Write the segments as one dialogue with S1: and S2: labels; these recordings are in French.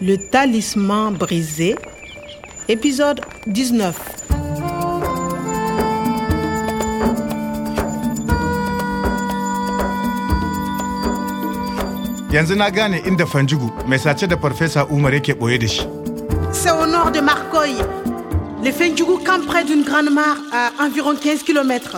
S1: Le talisman brisé, épisode 19.
S2: Yanzu na gane inda Fanjugu mai sace da Farfesa Umar yake ɓoye da shi.
S1: C'est au nord de Marcoy. Les Fendjougou campent près d'une grande mare à environ 15 km.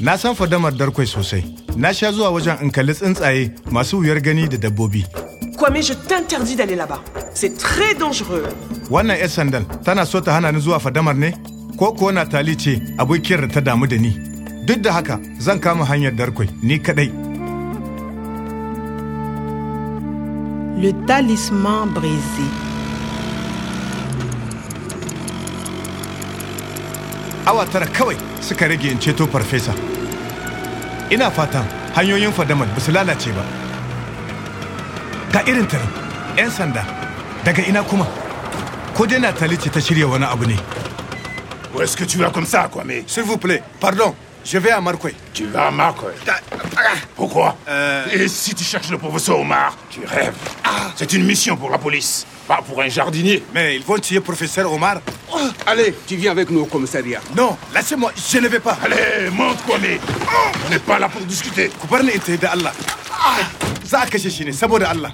S2: Na san fadamar darkwai sosai. Na sha zuwa wajen in kalli tsuntsaye masu wuyar gani da dabbobi.
S3: Kwame, je t'interdis d'aller là-bas. C'est très dangereux.
S2: Wannan 'yar sandan tana so ta hana ni zuwa fadamar ne? Ko kuwa Natali ce abokiyar da ta damu da ni? Duk da haka zan kama hanyar darkwai ni kaɗai.
S1: Le talisman brisé.
S2: Awa tara kawai suka rage in ceto farfesa. Ina fatan hanyoyin fadamar ba su lalace ba. Ga irin tarin 'yan sanda daga ina kuma. Ko dai Natali ce ta shirya wani abu ne.
S4: Où est-ce que tu vas comme ça, Kwame
S2: S'il vous plaît, pardon, je vais à Markwai.
S4: Tu vas à Marcoy.
S5: Ah,
S4: Pourquoi
S5: Euh.
S4: Et si tu cherches le professeur Omar, tu rêves.
S5: Ah.
S4: C'est une mission pour la police, pas pour un jardinier.
S2: Mais ils vont tuer professeur Omar.
S5: Ah. Allez, tu viens avec nous au commissariat.
S2: Non, laissez-moi, je ne vais pas.
S4: Allez, monte, Kwame
S5: Ah.
S4: On n'est pas là pour discuter.
S2: Ku bar ni in tafi da Allah. Za a kashe shi ne saboda Allah.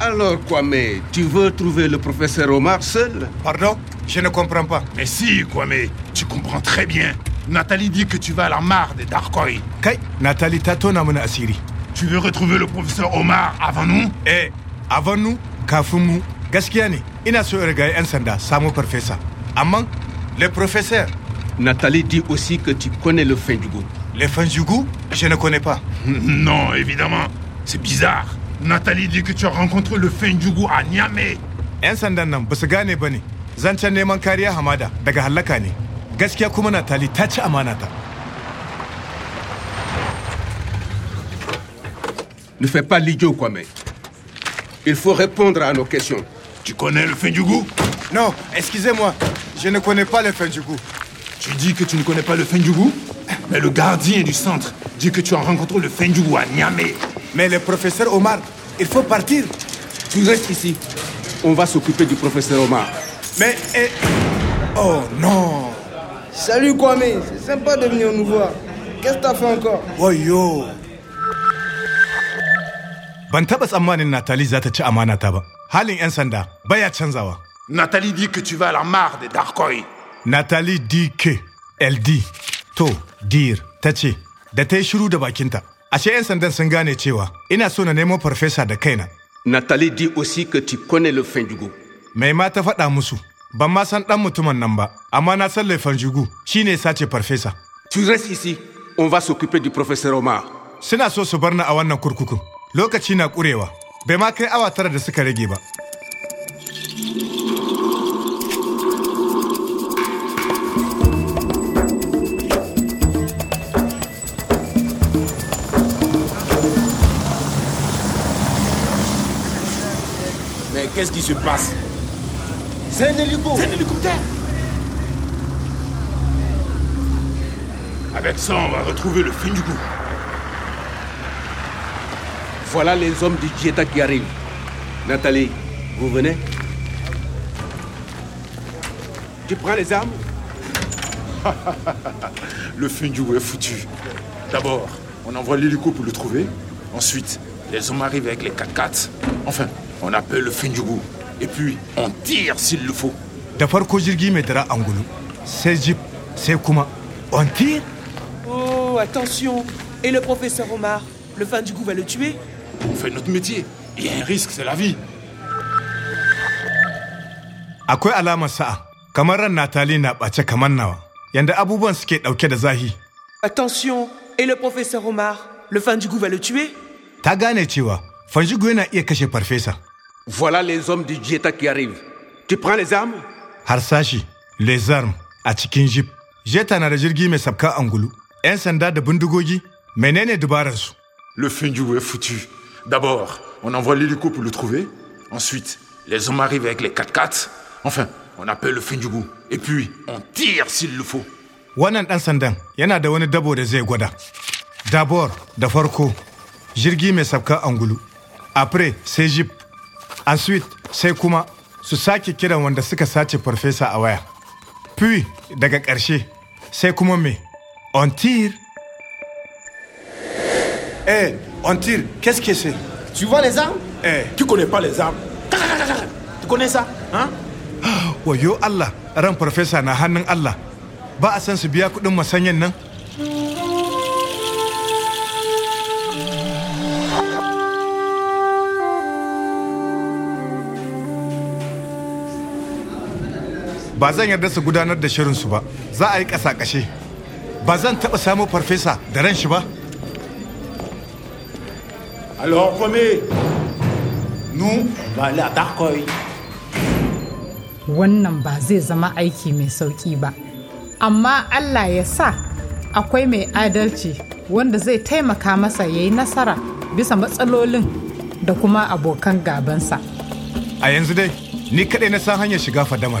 S5: Alors, Kwame, tu veux trouver le professeur Omar seul
S2: Pardon, je ne comprends pas.
S4: Mais si, Kwame, tu comprends très bien. Nathalie dit que tu vas à la mare des Darkoi.
S2: Kai, Nathalie ta tona mana asiri.
S4: Tu veux retrouver le professeur Omar avant nous
S2: Eh, avant nous, kafin mu, gaskiya ne, ina so in rigayi 'yan sanda samu farfesa. Amma, le professeur,
S5: Nathalie dit aussi que tu connais le fin du goût.
S2: le fanjugu, je ne connais pas.
S4: Non, évidemment. C'est bizarre. Nathalie dit que tu as rencontré le Fendjougou à Niamey.
S2: 'Yan sandan nan ba su gane ba ne, zancen neman kariya hamada daga hallaka ne. Gaskiya kuma Nathalie ta ci amanata.
S5: Ne fais pas l'idiot, Kwame. Il faut répondre à nos questions.
S4: Tu connais le Fendjougou
S2: Non, excusez-moi, je ne connais pas le fanjugu.
S4: Tu dis que tu ne connais pas le Fendjougou Mais le gardien du centre dit que tu as rencontré le Fendjougou à Niamey.
S2: Mais le professeur Omar, il faut partir.
S5: Tu restes ici. On va s'occuper du professeur Omar.
S2: Mais, eh... Oh non
S6: Salut Kwame, c'est sympa de venir nous voir. Qu'est-ce que t'as fait encore
S2: Wayo! Ban taɓa tsammanin Natali za ta ci amanata ba. Halin 'yan sanda baya canzawa.
S4: Nathalie dit que tu vas à la mare des Darkoi.
S2: Natali di ke, el di, to, dir, ta ce, da ta yi shiru da bakinta. Ashe 'yan sandan sun gane cewa ina so na nemo farfesa da kaina.
S5: Nathalie dit aussi que tu connais le fin du goût.
S2: Mai ma ta faɗa musu, ban ma san ɗan mutumin nan ba, amma na san laifin jugu shi ne sace farfesa.
S5: Tu restes ici. On va s'occuper du professeur Omar.
S2: Suna so su bar ni a wannan kurkukun. Lokaci na ƙurewa, bai ma kai awa tara da suka rage ba.
S7: Mais qu'est-ce qui se passe C'est un hélico
S4: Un hélicoptère Avec ça, on va retrouver le Fendjougou.
S5: Voilà les hommes du Dieta qui arrivent. Nathalie, vous venez Tu prends les armes
S4: Le Fendjougou est foutu. D'abord, on envoie l'hélico pour le trouver. Ensuite, les hommes arrivent avec les 4x4. Enfin, on appelle le Fendjougou. Et puis, on tire s'il le faut.
S2: da farko jirgi mai dara angulu sai jeep sai kuma on tir
S3: Oh, attention Et le professeur Omar Le fan du goût va le tuer
S4: On fait notre métier. Il y a un risque, c'est la vie.
S2: akwai alamar sa'a kamar ran natali na ɓace kamar nawa yanda abubuwan suke ɗauke da zahi
S3: Attention Et le professeur Omar Le fan du goût va le tuer
S2: ta gane cewa fanjigo yana iya kashe farfesa
S5: Voilà les hommes du Dieta qui arrivent. Tu prends les armes
S2: harsashi les arms a cikin jeep jeta na da jirgi mai sabka angulu 'yan sanda da bindigogi menene dubararsu
S4: Le Fendjougou est foutu. D'abord, on envoie l'hélico pour le trouver. Ensuite, les hommes arrivent avec les 4x4. Enfin, on appelle le Fendjougou. Et puis, on tire s'il le faut.
S2: Wannan ɗan sandan yana da wani dabo da zai gwada. Dabor da farko, jirgi mai sabka angulu. Après, sai jeep. Ensuite, sai kuma su sake kiran wanda suka sace farfesa a waya. Puis, daga ƙarshe, sai kuma me? On tire. Eh, on tire, qu'est-ce que c'est?
S7: Tu vois les armes
S2: Eh,
S7: Tu connais pas les armes Tu connais ça Hein
S2: wayo Allah, ran farfesa na hannun Allah. Ba a san su biya kuɗin masanyan nan? Ba zan yarda su gudanar da shirinsu ba, za a yi ƙasa-ƙashe. Ba zan taɓa samun farfesa da ran shi ba.
S7: Alors, premier, nous, on va aller à Darkoy.
S8: wannan ba zai zama aiki mai sauƙi ba amma allah ya sa akwai mai adalci wanda zai taimaka masa ya yi nasara bisa matsalolin da kuma abokan gabansa
S2: A yanzu dai, ni kaɗai na san hanyar shiga fadamar.